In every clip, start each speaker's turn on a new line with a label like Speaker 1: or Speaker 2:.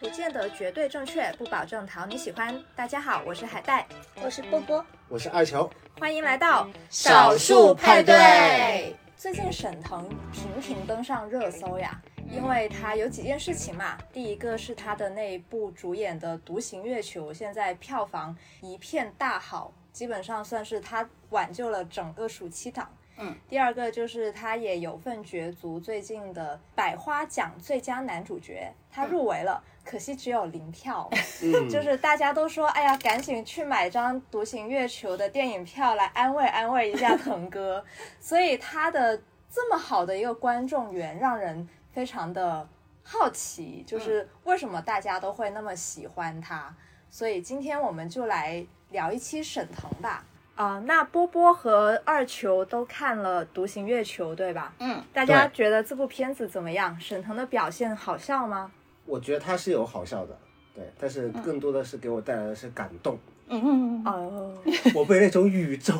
Speaker 1: 不见得绝对正确，不保证讨你喜欢。大家好，我是海带，
Speaker 2: 我是波波，
Speaker 3: 我是二球，
Speaker 1: 欢迎来到
Speaker 4: 少数派对。
Speaker 1: 最近沈腾频频登上热搜呀，因为他有几件事情嘛。第一个是他的那一部主演的《独行月球》，现在票房一片大好，基本上算是他挽救了整个暑期档。
Speaker 4: 嗯，
Speaker 1: 第二个就是他也有份角逐最近的百花奖最佳男主角，他入围了，可惜只有零票。
Speaker 3: 嗯，
Speaker 1: 就是大家都说，哎呀，赶紧去买张《独行月球》的电影票来安慰安慰一下腾哥。 所以他的这么好的一个观众缘，让人非常的好奇，就是为什么大家都会那么喜欢他。所以今天我们就来聊一期沈腾吧。啊、那波波和二球都看了《独行月球》，对吧？
Speaker 4: 嗯，
Speaker 1: 大家
Speaker 3: 对
Speaker 1: 觉得这部片子怎么样？沈腾的表现好笑吗？
Speaker 3: 我觉得他是有好笑的，对，但是更多的是给我带来的是感动，
Speaker 4: 嗯，
Speaker 1: 哦、
Speaker 3: 我被那种宇 宙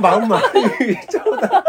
Speaker 3: 茫茫宇宙的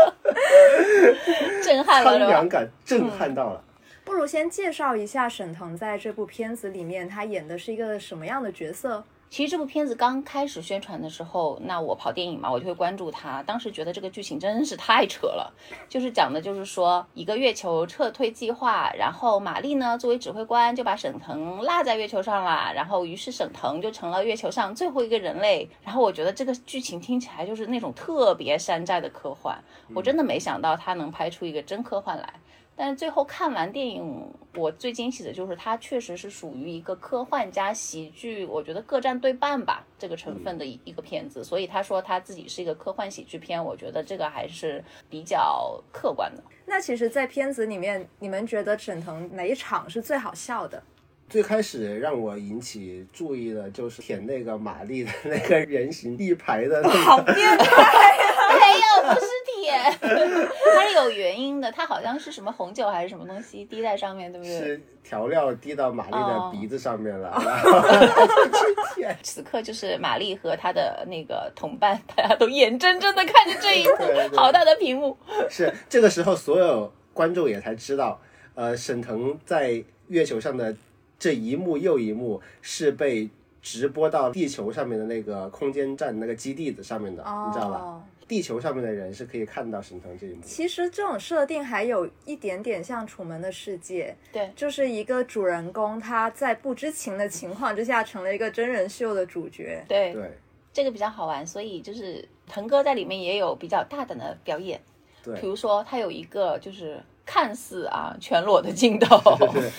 Speaker 4: 震撼
Speaker 3: 苍
Speaker 4: 了是吧嗯
Speaker 3: 凉？感震撼到了。
Speaker 1: 不如先介绍一下沈腾在这部片子里面他演的是一个什么样的角色？
Speaker 4: 其实这部片子刚开始宣传的时候，那我跑电影嘛，我就会关注它。当时觉得这个剧情真是太扯了，就是讲的就是说一个月球撤退计划，然后玛丽呢作为指挥官就把沈腾落在月球上啦，然后于是沈腾就成了月球上最后一个人类。然后我觉得这个剧情听起来就是那种特别山寨的科幻，我真的没想到他能拍出一个真科幻来。但是最后看完电影，我最惊喜的就是它确实是属于一个科幻加喜剧，我觉得各占对半吧这个成
Speaker 3: 嗯
Speaker 4: 分的一一个片子。所以他说他自己是一个科幻喜剧片，我觉得这个还是比较客观的。
Speaker 1: 那其实，在片子里面，你们觉得沈腾哪一场是最好笑 的？
Speaker 3: 最开始让我引起注意的就是舔那个玛丽的那个人形立牌的那个，
Speaker 1: 变态！
Speaker 4: 没哎有，不是铁， 它是有原因的。它好像是什么红酒还是什么东西滴在上面，对不对？
Speaker 3: 是调料滴到玛丽
Speaker 4: 哦
Speaker 3: 的鼻子上 面了，然后她就去舔。
Speaker 4: 此刻就是玛丽和她的那个同伴，大家都眼睁睁的看着这一
Speaker 3: 对
Speaker 4: 幕，
Speaker 3: 对
Speaker 4: 好大的屏幕。
Speaker 3: 是这个时候，所有观众也才知道，呃，沈腾在月球上的这一幕又一幕是被直播到地球上面的那个空间站那个基地子上面的，你知道吧？
Speaker 1: 哦，
Speaker 3: 地球上面的人是可以看到沈腾这一幕 的。
Speaker 1: 其实这种设定还有一点点像《楚门的世界》，
Speaker 4: 对，
Speaker 1: 就是一个主人公他在不知情的情况之下成了一个真人秀的主角。
Speaker 4: 对，
Speaker 3: 对
Speaker 4: 这个比较好玩，所以就是腾哥在里面也有比较大胆的表演，比
Speaker 3: 对，
Speaker 4: 如说他有一个就是看似啊全裸的镜头，
Speaker 3: 对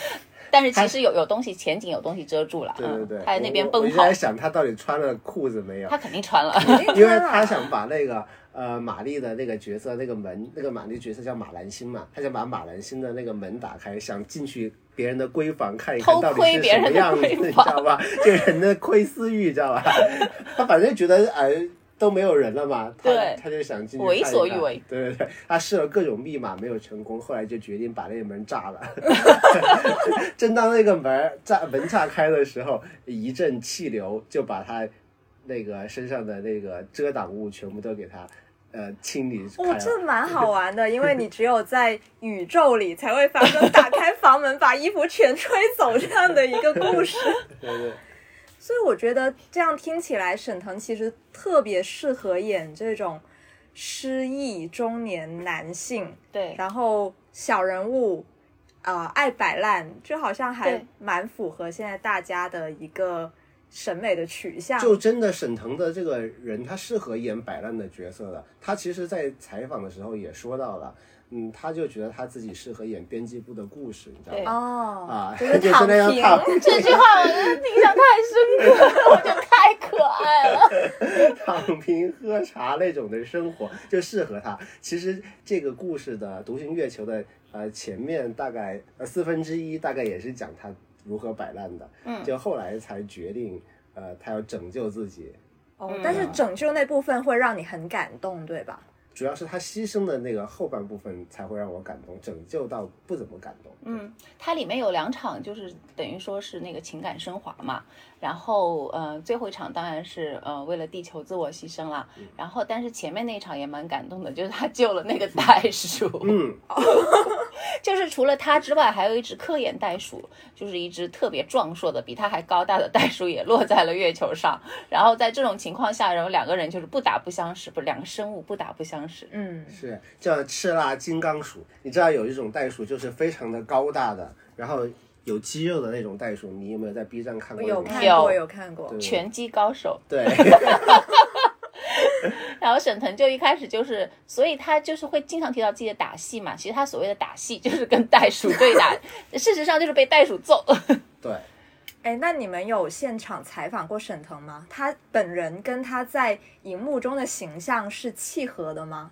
Speaker 4: 但是其实有有东西前景有东西遮住了，
Speaker 3: 对对对，
Speaker 4: 嗯，他在那边
Speaker 3: 我我
Speaker 4: 奔
Speaker 3: 一直
Speaker 4: 跑
Speaker 3: 在，想他到底穿了裤子没有
Speaker 4: 他，肯定穿了，
Speaker 3: 因
Speaker 4: 啊
Speaker 3: 为他想把那个。呃，玛丽的那个角色，那个门，那个玛丽角色叫马兰心嘛，他想把马兰心的那个门打开，想进去别人的闺房看一看
Speaker 4: 偷
Speaker 3: 到底
Speaker 4: 窥
Speaker 3: 是
Speaker 4: 别
Speaker 3: 什么
Speaker 4: 人的
Speaker 3: 样子，
Speaker 4: 闺
Speaker 3: 你知
Speaker 4: 房
Speaker 3: 道吧？这个人的窥私欲，知道吧？他反正觉得呃都没有人了嘛，他
Speaker 4: 对
Speaker 3: 他就想进去
Speaker 4: 为
Speaker 3: 看一
Speaker 4: 所
Speaker 3: 看
Speaker 4: 欲为。
Speaker 3: 对对对，他试了各种密码没有成功，后来就决定把那个门炸了。正当那个门儿炸门岔开的时候，一阵气流就把他那个身上的那个遮挡物全部都给他呃清理开
Speaker 1: 哦，
Speaker 3: 了。
Speaker 1: 这蛮好玩 的，因为你只有在宇宙里才会发生打开房门把衣服全吹走这样的一个故事。
Speaker 3: 对对
Speaker 1: 所以我觉得这样听起来，沈腾其实特别适合演这种失意中年男性，
Speaker 4: 对
Speaker 1: 然后小人物，啊、爱摆烂，就好像还
Speaker 4: 对
Speaker 1: 蛮符合现在大家的一个审美的取向。
Speaker 3: 就真的沈腾的这个人，他适合演摆烂的角色的。他其实，在采访的时候也说到了，嗯，他就觉得他自己适合演编辑部的故事，你知道
Speaker 4: 对
Speaker 3: 吗？
Speaker 1: 哦，
Speaker 3: 啊，
Speaker 1: 就是
Speaker 3: 就
Speaker 1: 躺
Speaker 3: 是那样
Speaker 1: 平
Speaker 3: 躺，
Speaker 4: 这句话我真的印象太深刻了，我觉得太可爱了。
Speaker 3: 躺平喝茶那种的生活 就适合他。其实这个故事的《独行月球》的呃前面大概呃四分之一大概也是讲他如何摆烂的，
Speaker 4: 嗯
Speaker 3: 就后来才决定呃他要拯救自己。
Speaker 1: 哦
Speaker 4: 嗯，
Speaker 1: 但是拯救那部分会让你很感动，对吧？
Speaker 3: 主要是他牺牲的那个后半部分才会让我感动，拯救到不怎么感动。
Speaker 4: 嗯，它里面有两场，就是等于说是那个情感升华嘛。然后，呃，最后一场当然是呃为了地球自我牺牲啦。然后，但是前面那一场也蛮感动的，就是他救了那个袋鼠。
Speaker 3: 嗯，
Speaker 4: 就是除了他之外，还有一只科研袋鼠，就是一只特别壮硕的、比他还高大的袋鼠也落在了月球上。然后在这种情况下，然后两个人就是不打不相识，不两个生物不打不相识。
Speaker 1: 嗯，
Speaker 3: 是叫赤蜡金刚鼠。你知道有一种袋鼠就是非常的高大的，然后有肌肉的那种袋鼠，你有没有在 B 站看
Speaker 1: 我
Speaker 3: 过？
Speaker 1: 有看
Speaker 4: 有
Speaker 1: 过，有看过
Speaker 3: 对，
Speaker 4: 拳击高手，
Speaker 3: 对，
Speaker 4: 然后沈腾就一开始就是，所以他就是会经常提到自己的打戏嘛。其实他所谓的打戏就是跟袋鼠对打，事实上就是被袋鼠揍。
Speaker 3: 对，
Speaker 1: 哎，那你们有现场采访过沈腾吗？他本人跟他在荧幕中的形象是契合的吗？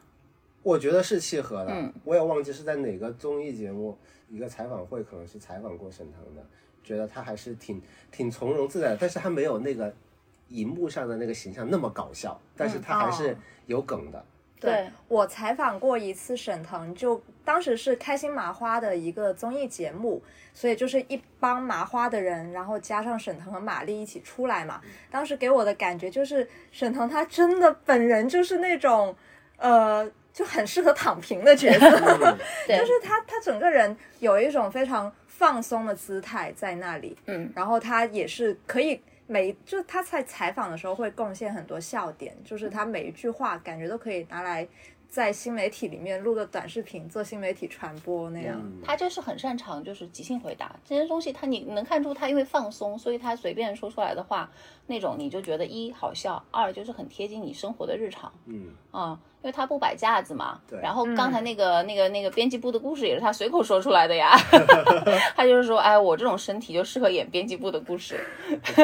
Speaker 3: 我觉得是契合的。
Speaker 4: 嗯
Speaker 3: 我也忘记是在哪个综艺节目一个采访会，可能是采访过沈腾的，觉得他还是挺挺从容自在的，但是他没有那个荧幕上的那个形象那么搞笑，但是他还是
Speaker 1: 哦
Speaker 3: 有梗的。
Speaker 4: 对
Speaker 1: 我采访过一次沈腾，就当时是开心麻花的一个综艺节目，所以就是一帮麻花的人，然后加上沈腾和马丽一起出来嘛。当时给我的感觉就是，沈腾他真的本人就是那种，呃，就很适合躺平的角色。
Speaker 3: 嗯
Speaker 4: 对
Speaker 1: 就是他他整个人有一种非常放松的姿态在那里，
Speaker 4: 嗯，
Speaker 1: 然后他也是可以每就是他在采访的时候会贡献很多笑点，就是他每一句话感觉都可以拿来在新媒体里面录个短视频做新媒体传播那样，
Speaker 3: 嗯
Speaker 4: 他就是很擅长就是即兴回答这些东西，他你能看出他因为放松，所以他随便说出来的话，那种你就觉得一好笑，二就是很贴近你生活的日常。
Speaker 3: 嗯，
Speaker 4: 啊、因为他不摆架子嘛。
Speaker 3: 对
Speaker 4: 然后刚才
Speaker 1: 嗯
Speaker 4: 那个、那个那个编辑部的故事也是他随口说出来的呀，他就是说，哎，我这种身体就适合演编辑部的故事。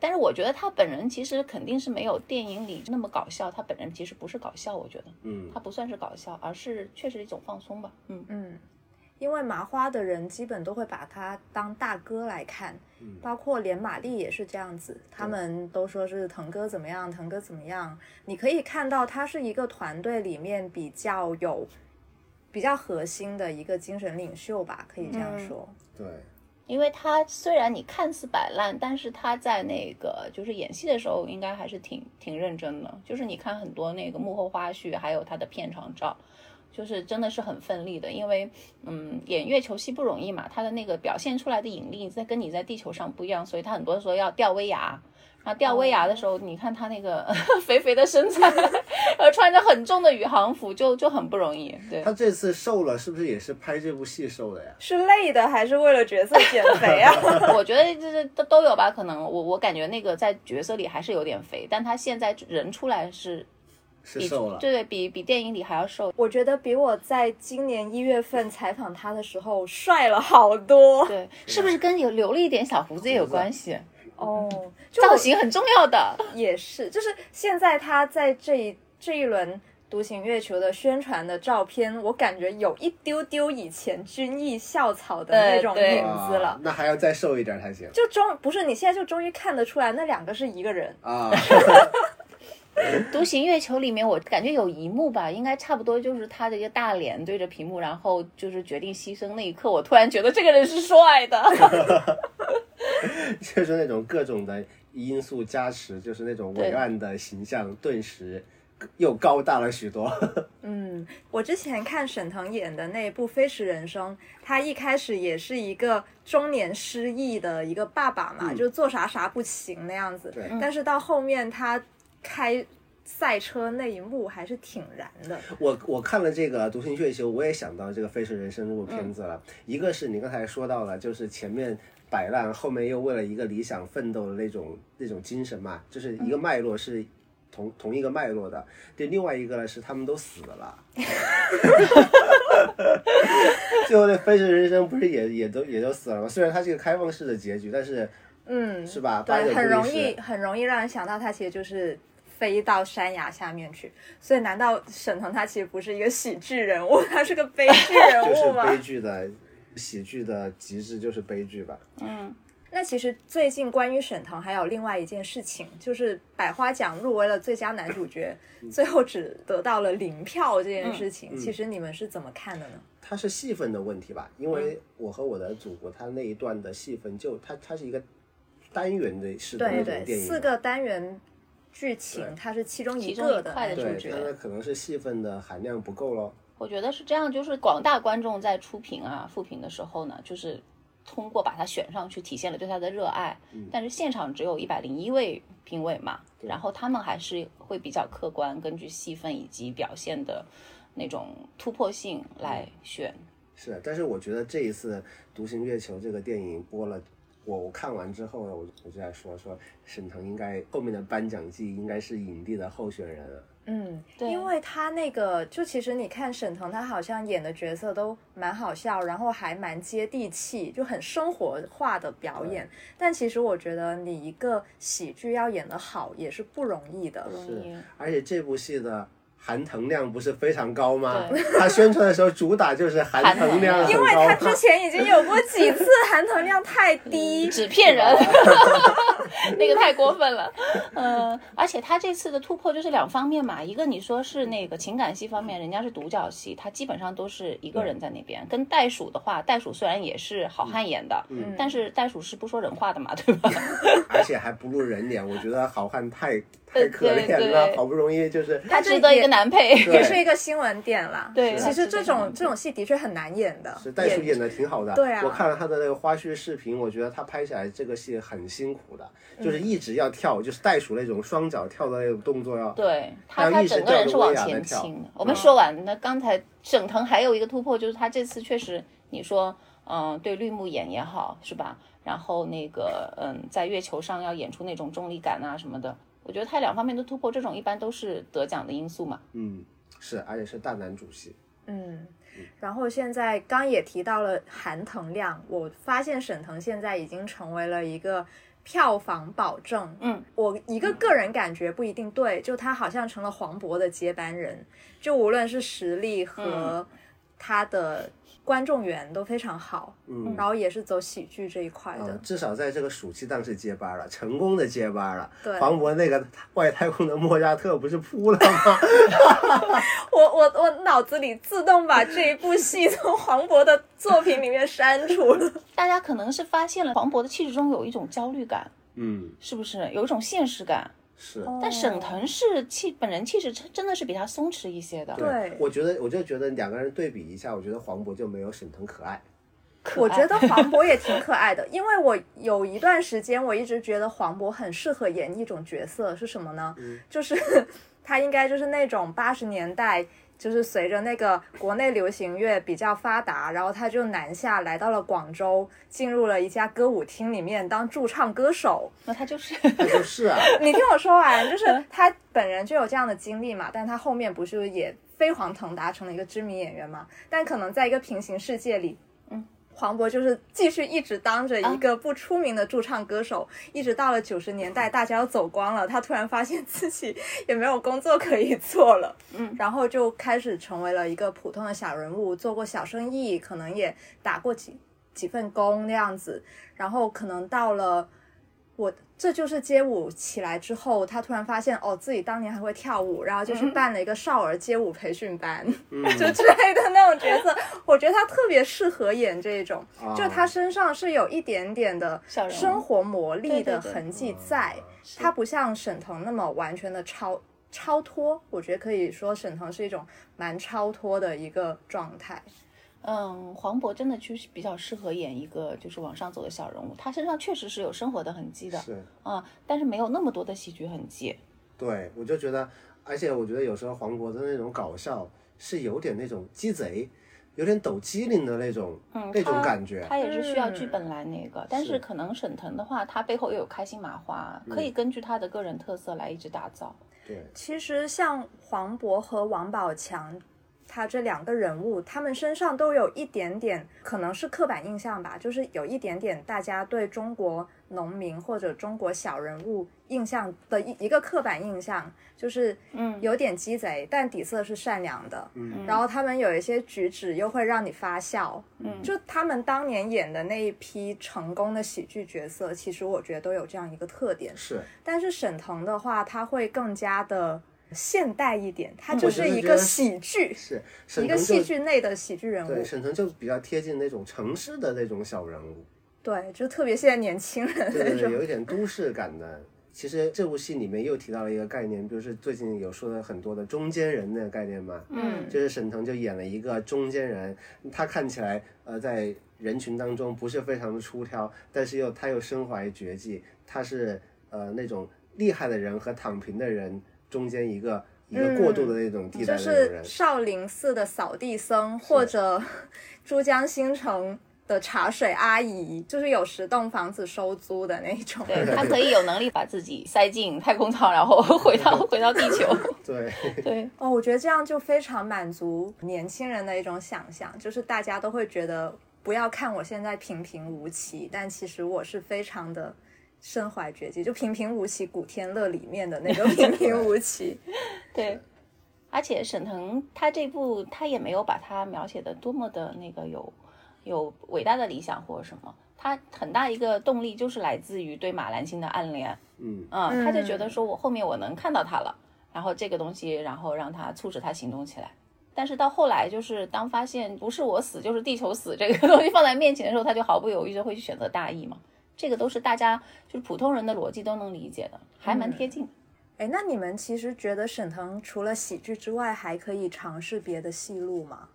Speaker 4: 但是我觉得他本人其实肯定是没有电影里那么搞笑，他本人其实不是搞笑，我觉得
Speaker 3: 嗯
Speaker 4: 他不算是搞笑，而是确实一种放松吧。嗯，
Speaker 1: 嗯。因为麻花的人基本都会把他当大哥来看，
Speaker 3: 嗯
Speaker 1: 包括连马丽也是这样子，他们都说是腾哥怎么样，腾哥怎么样。你可以看到他是一个团队里面比较有、比较核心的一个精神领袖吧，可以这样说。
Speaker 3: 对，
Speaker 4: 因为他虽然你看似摆烂，但是他在那个就是演戏的时候，应该还是挺挺认真的。就是你看很多那个幕后花絮，还有他的片场照，就是真的是很奋力的。因为嗯，演月球戏不容易嘛，他的那个表现出来的引力在跟你在地球上不一样，所以他很多时候要吊威亚。然后吊威亚的时候，你看他那个 肥肥的身材， 呃，穿着很重的宇航服，就就很不容易。对，
Speaker 3: 他这次瘦了，是不是也是拍这部戏瘦的呀？
Speaker 1: 是累的还是为了角色减肥啊？
Speaker 4: 我觉得这这都都有吧，可能我我感觉那个在角色里还是有点肥，但他现在人出来是
Speaker 3: 是
Speaker 4: 比
Speaker 3: 瘦了。
Speaker 4: 对对比比电影里还要瘦，
Speaker 1: 我觉得比我在今年一月份采访他的时候帅了好多
Speaker 4: 对，是不是跟有留了一点小胡子也有关系？
Speaker 1: 哦，就
Speaker 4: 造
Speaker 1: 我
Speaker 4: 型很重要的，
Speaker 1: 也是，就是现在他在这一这一轮《独行月球》的宣传的照片，我感觉有一丢丢以前军艺校草的那种
Speaker 4: 对
Speaker 1: 影子
Speaker 3: 啊
Speaker 1: 了。
Speaker 3: 那还要再瘦一点才行
Speaker 1: 就终不是你现在就终于看得出来，那两个是一个人。
Speaker 3: 啊！
Speaker 4: 《独行月球》里面，我感觉有一幕吧，应该差不多就是他的一个大脸对着屏幕，然后就是决定牺牲那一刻，我突然觉得这个人是帅的。
Speaker 3: 就是那种各种的因素加持，就是那种伟
Speaker 4: 对
Speaker 3: 岸的形象，顿时又高大了许多。
Speaker 1: 嗯，我之前看沈腾演的那部《飞驰人生》，他一开始也是一个中年失意的一个爸爸嘛，
Speaker 3: 嗯
Speaker 1: 就做啥啥不行那样子。
Speaker 3: 对
Speaker 1: 但是到后面他开赛车那一幕还是挺燃的。
Speaker 3: 我我看了这个《独行月球》，我也想到这个《飞驰人生》这部片子了。
Speaker 1: 嗯
Speaker 3: 一个是你刚才说到了，就是前面摆烂，后面又为了一个理想奋斗的那种那种精神嘛，就是
Speaker 1: 嗯
Speaker 3: 一个脉络是同、同一个脉络的。对，另外一个呢是他们都死了。 最后那飞驰人生不是也也都也都死了吗？虽然它是一个开放式的结局，但是
Speaker 1: 嗯，
Speaker 3: 是吧八
Speaker 1: 对，
Speaker 3: 九
Speaker 1: 很
Speaker 3: 不离
Speaker 1: 容
Speaker 3: 十
Speaker 1: 易，很容易让人想到他其实就是飞到山崖下面去。所以，难道沈腾他其实不是一个喜剧人物， 他是个悲剧人
Speaker 3: 就是
Speaker 1: 物吗？
Speaker 3: 悲剧的喜剧的极致就是悲剧吧。
Speaker 4: 嗯，
Speaker 1: 那其实最近关于沈腾还有另外一件事情，就是百花奖入围了最佳男主角，
Speaker 3: 嗯
Speaker 1: 最后只得到了零票这
Speaker 4: 嗯
Speaker 1: 件事情，其实你们是怎么看的呢？
Speaker 3: 它是戏份的问题吧？因
Speaker 1: 嗯
Speaker 3: 为我和我的祖国，它那一段的戏份就它它是一个单元的式的
Speaker 1: 对
Speaker 3: 那种
Speaker 1: 对，
Speaker 3: 电影嘛，啊
Speaker 1: 四个单元剧情，
Speaker 3: 对
Speaker 1: 它是其中
Speaker 4: 其
Speaker 1: 一
Speaker 4: 中
Speaker 1: 个
Speaker 4: 一
Speaker 1: 的
Speaker 4: 块的
Speaker 1: 那种
Speaker 4: 主
Speaker 3: 对，
Speaker 4: 角
Speaker 3: 它的可能是戏份的含量不够咯。
Speaker 4: 我觉得是这样，就是广大观众在初评啊、复评的时候呢，就是通过把它选上去，体现了对它的热爱。但是现场只有一百零一位评委嘛，
Speaker 3: 对
Speaker 4: 然后他们还是会比较客观，根据戏份以及表现的那种突破性来选。
Speaker 3: 是，但是我觉得这一次《独行月球》这个电影播了，我我看完之后呢，我我就在说说沈腾应该后面的颁奖季应该是影帝的候选人了。
Speaker 1: 嗯，
Speaker 4: 对
Speaker 1: 因为他那个，就其实你看沈腾，他好像演的角色都蛮好笑，然后还蛮接地气，就很生活化的表演。但其实我觉得你一个喜剧要演得好也是不容易的。
Speaker 4: 容易
Speaker 3: 是，而且这部戏的含腾量不是非常高吗
Speaker 4: 对？
Speaker 3: 他宣传的时候主打就是含
Speaker 4: 含
Speaker 3: 腾
Speaker 4: 腾
Speaker 3: 量
Speaker 4: 量
Speaker 3: 很
Speaker 1: 因为他
Speaker 3: 高
Speaker 1: 之。前已经有过几次含糖量太低，
Speaker 4: 纸 片人，那个太过分了。呃，而且他这次的突破就是两方面嘛，一个你说是那个情感戏方面，人家是独角戏，他基本上都是一个人在那边。跟袋鼠的话，袋鼠虽然也是好汉演的，
Speaker 1: 嗯
Speaker 4: 但是袋鼠是不说人话的嘛，对 吧？
Speaker 3: 而且还不露人脸，我觉得好汉太太
Speaker 4: 对
Speaker 3: 可
Speaker 4: 对
Speaker 3: 怜了，
Speaker 4: 对
Speaker 3: 好不容易就是
Speaker 1: 他
Speaker 4: 他
Speaker 1: 这
Speaker 4: 值得一
Speaker 1: 也
Speaker 4: 个男配。
Speaker 3: 对
Speaker 1: 也是一个新闻点啦。
Speaker 4: 对
Speaker 1: 其实这
Speaker 4: 是这
Speaker 1: 种
Speaker 4: 样
Speaker 1: 这种戏的确很难演的
Speaker 3: 是，袋鼠
Speaker 1: 也
Speaker 3: 演的挺好的，
Speaker 1: 对啊
Speaker 3: 我看了他的那个花絮视频，我觉得他拍起来这个戏很辛苦的，
Speaker 1: 嗯
Speaker 3: 就是一直要跳，就是袋鼠那种双脚跳的那种动作要。
Speaker 4: 对
Speaker 3: 还
Speaker 4: 他，
Speaker 3: 有
Speaker 4: 他
Speaker 3: 意识
Speaker 4: 整个
Speaker 3: 调
Speaker 4: 人
Speaker 3: 度
Speaker 4: 是
Speaker 3: 威
Speaker 4: 往
Speaker 3: 亚
Speaker 4: 前
Speaker 3: 的跳嗯
Speaker 4: 倾的。我们说完，那刚才沈腾还有一个突破，就是他这次确实，你说，嗯、对绿幕演也好，是吧？然后那个，嗯，在月球上要演出那种重力感啊什么的，我觉得他两方面的突破，这种一般都是得奖的因素嘛。
Speaker 3: 嗯，是，而且是大男主戏。
Speaker 1: 嗯，然后现在刚也提到了含腾量，我发现沈腾现在已经成为了一个票房保证。
Speaker 4: 嗯，
Speaker 1: 我一个个人感觉不一定对，就他好像成了黄渤的接班人，就无论是实力
Speaker 4: 嗯
Speaker 1: 和他的观众缘都非常好，
Speaker 3: 嗯
Speaker 1: 然后也是走喜剧这一块
Speaker 3: 啊、
Speaker 1: 哎的。
Speaker 3: 至少在这个暑期档是接班了，成功的接班了。
Speaker 1: 对
Speaker 3: 黄渤那个外太空的莫扎特不是扑了吗？
Speaker 1: 我我我脑子里自动把这一部戏从黄渤的作品里面删除了。
Speaker 4: 大家可能是发现了黄渤的气质中有一种焦虑感，
Speaker 3: 嗯，
Speaker 4: 是不是？有一种现实感。
Speaker 3: 是。
Speaker 1: 哦
Speaker 4: 但沈
Speaker 3: 哦
Speaker 4: 腾是气本人气质真真的是比他松弛一些的，
Speaker 1: 对
Speaker 3: 我觉得，我就觉得两个人对比一下，我觉得黄渤就没有沈腾可 爱。
Speaker 1: 我觉得黄渤也挺可爱的，因为我有一段时间我一直觉得黄渤很适合演一种角色，是什么呢？就是 他应该就是那种八十年代，就是随着那个国内流行乐比较发达，然后他就南下来到了广州，进入了一家歌舞厅里面当驻唱歌手。
Speaker 4: 那他就是
Speaker 3: 他就是啊，
Speaker 1: 你听我说完，
Speaker 4: 嗯
Speaker 1: 就是他本人就有这样的经历嘛，但他后面不是也飞黄腾达成了一个知名演员嘛？但可能在一个平行世界里，
Speaker 4: 嗯，啊
Speaker 1: 黄渤就是继续一直当着一个不出名的驻唱歌手，一直到了九十年代，大家都走光了，他突然发现自己也没有工作可以做了，
Speaker 4: 嗯，
Speaker 1: 然后就开始成为了一个普通的小人物，做过小生意，可能也打过几几份工那样子，然后可能到了。我这就是街舞起来之后，他突然发现哦，自己当年还会跳舞，然后
Speaker 4: 嗯
Speaker 1: 就去办了一个少儿街舞培训班，
Speaker 3: 嗯，
Speaker 1: 就之类的那种角色。我觉得他特别适合演这种，
Speaker 3: 啊
Speaker 1: 就他身上是有一点点的
Speaker 4: 小人物
Speaker 1: 生活磨砺
Speaker 4: 对对
Speaker 1: 的
Speaker 4: 对嗯
Speaker 1: 痕迹在，他不像沈腾那么完全的超超脱。我觉得可以说沈腾是一种蛮超脱的一个状态。
Speaker 4: 嗯，黄渤真的就是比较适合演一个就是往上走的小人物，他身上确实是有生活的痕迹的，
Speaker 3: 是。
Speaker 4: 啊、但是没有那么多的喜剧痕迹。
Speaker 3: 对，我就觉得，而且我觉得有时候黄渤的那种搞笑是有点那种鸡贼，有点抖机灵的那种、
Speaker 4: 嗯
Speaker 3: 那种
Speaker 4: 他
Speaker 3: 感觉。
Speaker 4: 他也是需要
Speaker 1: 嗯
Speaker 4: 剧本来那个，但
Speaker 3: 是嗯
Speaker 4: 是可能沈腾的话，他背后又有开心麻花，可以根据他的个人特色来一直打造。
Speaker 3: 对，
Speaker 1: 其实像黄渤和王宝强，他这两个人物，他们身上都有一点点，可能是刻板印象吧，就是有一点点大家对中国农民或者中国小人物印象的一一个刻板印象，就是
Speaker 4: 嗯
Speaker 1: 有点鸡贼，但底色是善良的。
Speaker 3: 嗯
Speaker 1: 然后他们有一些举止又会让你发笑，
Speaker 4: 嗯
Speaker 1: 就他们当年演的那一批成功的喜剧角色，其实我觉得都有这样一个特点。
Speaker 3: 是，
Speaker 1: 但是沈腾的话，他会更加的现代一点，他
Speaker 4: 嗯
Speaker 1: 就
Speaker 4: 我
Speaker 1: 是
Speaker 3: 就是
Speaker 1: 一
Speaker 3: 觉
Speaker 1: 个
Speaker 3: 得
Speaker 1: 喜剧，
Speaker 3: 是
Speaker 1: 一
Speaker 3: 沈
Speaker 1: 个
Speaker 3: 腾
Speaker 1: 戏
Speaker 3: 就
Speaker 1: 剧类的喜剧人物
Speaker 3: 对，沈腾就比较贴近那种城市的那种小 人物，
Speaker 1: 对，就特别现在年轻人
Speaker 3: 对
Speaker 1: 那
Speaker 3: 对对，
Speaker 1: 种，
Speaker 3: 有一点都市感的。其实这部戏里面又提到了一个概念，就是最近有说的很多的中间人的概念嘛，
Speaker 4: 嗯
Speaker 3: 就是沈腾就演了一个中间人，他看起来呃在人群当中不是非常的出挑，但是又他又身怀绝技，他是呃那种厉害的人和躺平的人中间一个一个过渡的那种地带
Speaker 1: 嗯就
Speaker 3: 的那种
Speaker 1: 是
Speaker 3: 人，
Speaker 1: 少林寺的扫地僧或者 珠江新城的茶水阿姨，就是有十栋房子收租的那一种。
Speaker 4: 对他可以有能力把自己塞进太空舱，然后 回到回到地 球。
Speaker 3: 对，
Speaker 4: 对，
Speaker 1: 哦，我觉得这样就非常满足年轻人的一种想象，就是大家都会觉得，不要看我现在平平无奇，但其实我是非常的身怀绝技，就《平平无奇》古天乐里面的那个平平无奇。
Speaker 4: 对，而且沈腾他这部他也没有把他描写的多么的那个有有伟大的理想或者什么，他很大一个动力就是来自于对马兰心的暗恋，
Speaker 3: 嗯，
Speaker 4: 嗯，
Speaker 1: 嗯
Speaker 4: 他就觉得说我后面我能看到他了，然后这个东西然后让他促使他行动起来。但是到后来，就是当发现不是我死就是地球死这个东西放在面前的时候，他就毫不犹豫就会去选择大义嘛。这个都是大家就是普通人的逻辑都能理解的，还蛮贴近的。
Speaker 1: 哎，那你们其实觉得沈腾除了喜剧之外，还可以尝试别的戏路吗？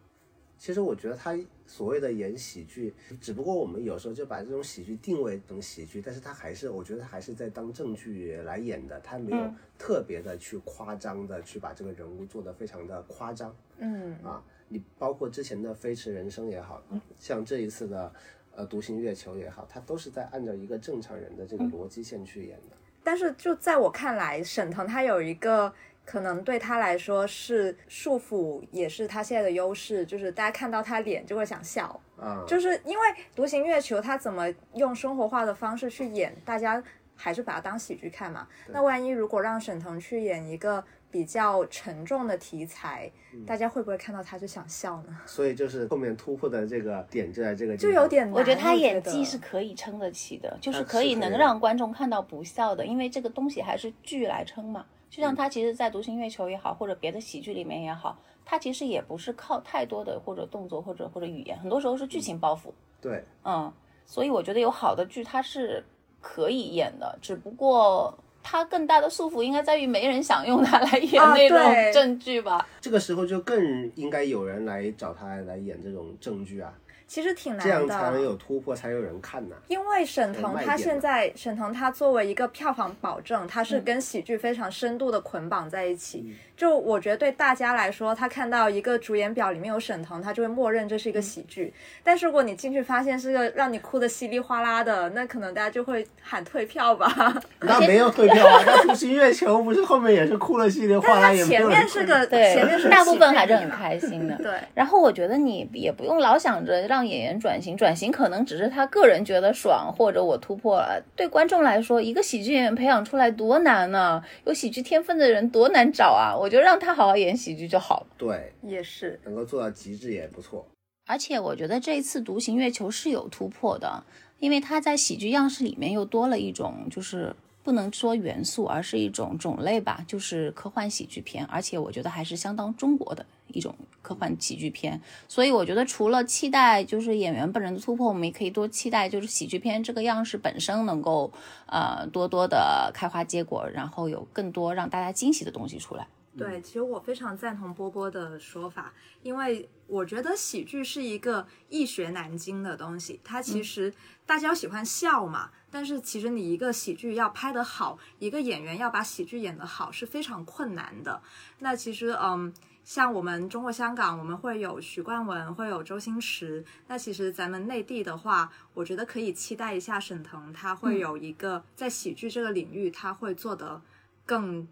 Speaker 3: 其实我觉得他所谓的演喜剧，只不过我们有时候就把这种喜剧定位成喜剧，但是他还是，我觉得他还是在当正剧来演的，他没有
Speaker 4: 嗯
Speaker 3: 特别的去夸张的去把这个人物做得非常的夸张。
Speaker 1: 嗯
Speaker 3: 啊，你包括之前的《飞驰人生》也好，像这一次的呃《独行月球》也好，它都是在按照一个正常人的这个
Speaker 1: 嗯
Speaker 3: 逻辑线去演的。
Speaker 1: 但是就在我看来，沈腾他有一个可能对他来说是束缚，也是他现在的优势，就是大家看到他脸就会想笑。
Speaker 3: 啊，
Speaker 1: 就是因为《独行月球》，它怎么用生活化的方式去演，大家还是把它当喜剧看嘛。那万一如果让沈腾去演一个比较沉重的题材，
Speaker 3: 嗯
Speaker 1: 大家会不会看到他就想笑呢？
Speaker 3: 所以就是后面突破的这个点就在这个地
Speaker 1: 就
Speaker 3: 方
Speaker 1: 有点难。
Speaker 4: 我觉得他演
Speaker 1: 我
Speaker 4: 技
Speaker 1: 觉
Speaker 4: 是可以撑得起的，就
Speaker 3: 他
Speaker 4: 是
Speaker 3: 是
Speaker 4: 可以
Speaker 3: 可以
Speaker 4: 能
Speaker 3: 的
Speaker 4: 让观众看到不笑的，因为这个东西还是剧来撑嘛。
Speaker 1: 嗯
Speaker 4: 就像他其实，在《独行月球》也好，或者别的喜剧里面也好，他其实也不是靠太多的或者动作或者或者语言，很多时候是
Speaker 1: 嗯
Speaker 4: 剧情包袱。
Speaker 3: 对，
Speaker 4: 嗯，所以我觉得有好的剧它是可以演的，只不过它更大的束缚应该在于没人想用它来演
Speaker 1: 啊
Speaker 4: 那种
Speaker 1: 对
Speaker 4: 正剧吧。
Speaker 3: 这个时候就更应该有人来找他来演这种正剧啊，
Speaker 1: 其实挺难
Speaker 3: 这样才能
Speaker 1: 的。
Speaker 3: 有突破，才有人看呐、
Speaker 1: 因为沈
Speaker 3: 有
Speaker 1: 腾
Speaker 3: 卖
Speaker 1: 他
Speaker 3: 哎点嗯
Speaker 1: 现
Speaker 3: 的
Speaker 1: 在，沈腾他作为一个票房保证，他是跟喜剧非常深度的捆绑在一起。
Speaker 3: 嗯
Speaker 1: 就我觉得对大家来说，他看到一个主演表里面有沈腾，他就会默认这
Speaker 3: 嗯
Speaker 1: 是一个喜剧。但是如果你进去发现是个让你哭的稀里哗啦的，那可能大家就会喊退票 吧。
Speaker 3: 那没有退票啊，那《独行月球》不是后面也是哭了稀里哗啦，
Speaker 1: 但
Speaker 3: 也
Speaker 1: 他
Speaker 3: 没
Speaker 1: 前
Speaker 3: 有人
Speaker 1: 面是
Speaker 3: 看
Speaker 1: 个，
Speaker 4: 对
Speaker 1: 前面是，个
Speaker 4: 大部
Speaker 1: 喜
Speaker 4: 分
Speaker 1: 剧
Speaker 4: 还是很开心的。
Speaker 1: 对。
Speaker 4: 然后我觉得你也不用老想着让演员转型，转型可能只是他个人觉得爽，或者我突破了。对观众来说，一个喜剧演员培养出来多难呢、有喜剧天分的人多难找啊！我觉得让他好好演喜剧就好了。
Speaker 3: 对，
Speaker 1: 也是，
Speaker 3: 能够做到极致也不错。
Speaker 4: 而且我觉得这一次《独行月球》是有突破的，因为它在喜剧样式里面又多了一种，就是不能说元素，而是一种种类吧，就是科幻喜剧片。而且我觉得还是相当中国的一种科幻喜剧片。所以我觉得除了期待就是演员本人的突破，我们也可以多期待就是喜剧片这个样式本身能够呃多多的开花结果，然后有更多让大家惊喜的东西出来。
Speaker 1: 对，其实我非常赞同波波的说法，因为我觉得喜剧是一个易学难精的东西。它其实大家喜欢笑嘛，但是其实你一个喜剧要拍得好，一个演员要把喜剧演得好是非常困难的。那其实，嗯，像我们中国香港，我们会有许冠文，会有周星驰。那其实咱们内地的话，我觉得可以期待一下沈腾，他会有一个在喜剧这个领域，他会做得更。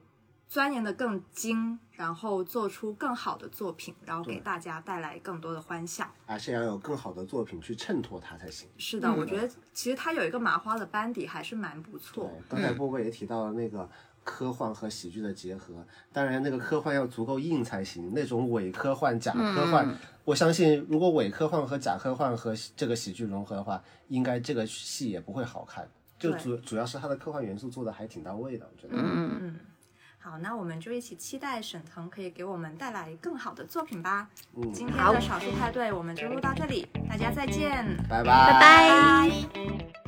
Speaker 1: 钻研的更精，然后做出更好的作品，然后给大家带来更多的欢笑。
Speaker 3: 而且要有更好的作品去衬托它才行。
Speaker 1: 是的，
Speaker 4: 嗯
Speaker 1: 我觉得其实它有一个麻花的班底还是蛮不
Speaker 3: 对
Speaker 1: 错。，
Speaker 3: 刚才波波也提到了那个科幻和喜剧的结合，当然那个科幻要足够硬才行，那种伪科幻、假科幻，我相信如果伪科幻和假科幻和这个喜剧融合的话，应该这个戏也不会好看。就
Speaker 1: 对
Speaker 3: 主主要是它的科幻元素做的还挺到位的，我觉得。
Speaker 4: 嗯，
Speaker 1: 嗯，好，那我们就一起期待沈腾可以给我们带来更好的作品吧。
Speaker 3: 嗯
Speaker 1: 今天的少数派对我们就录到这里，大家再见。
Speaker 3: 拜拜拜
Speaker 4: 拜拜。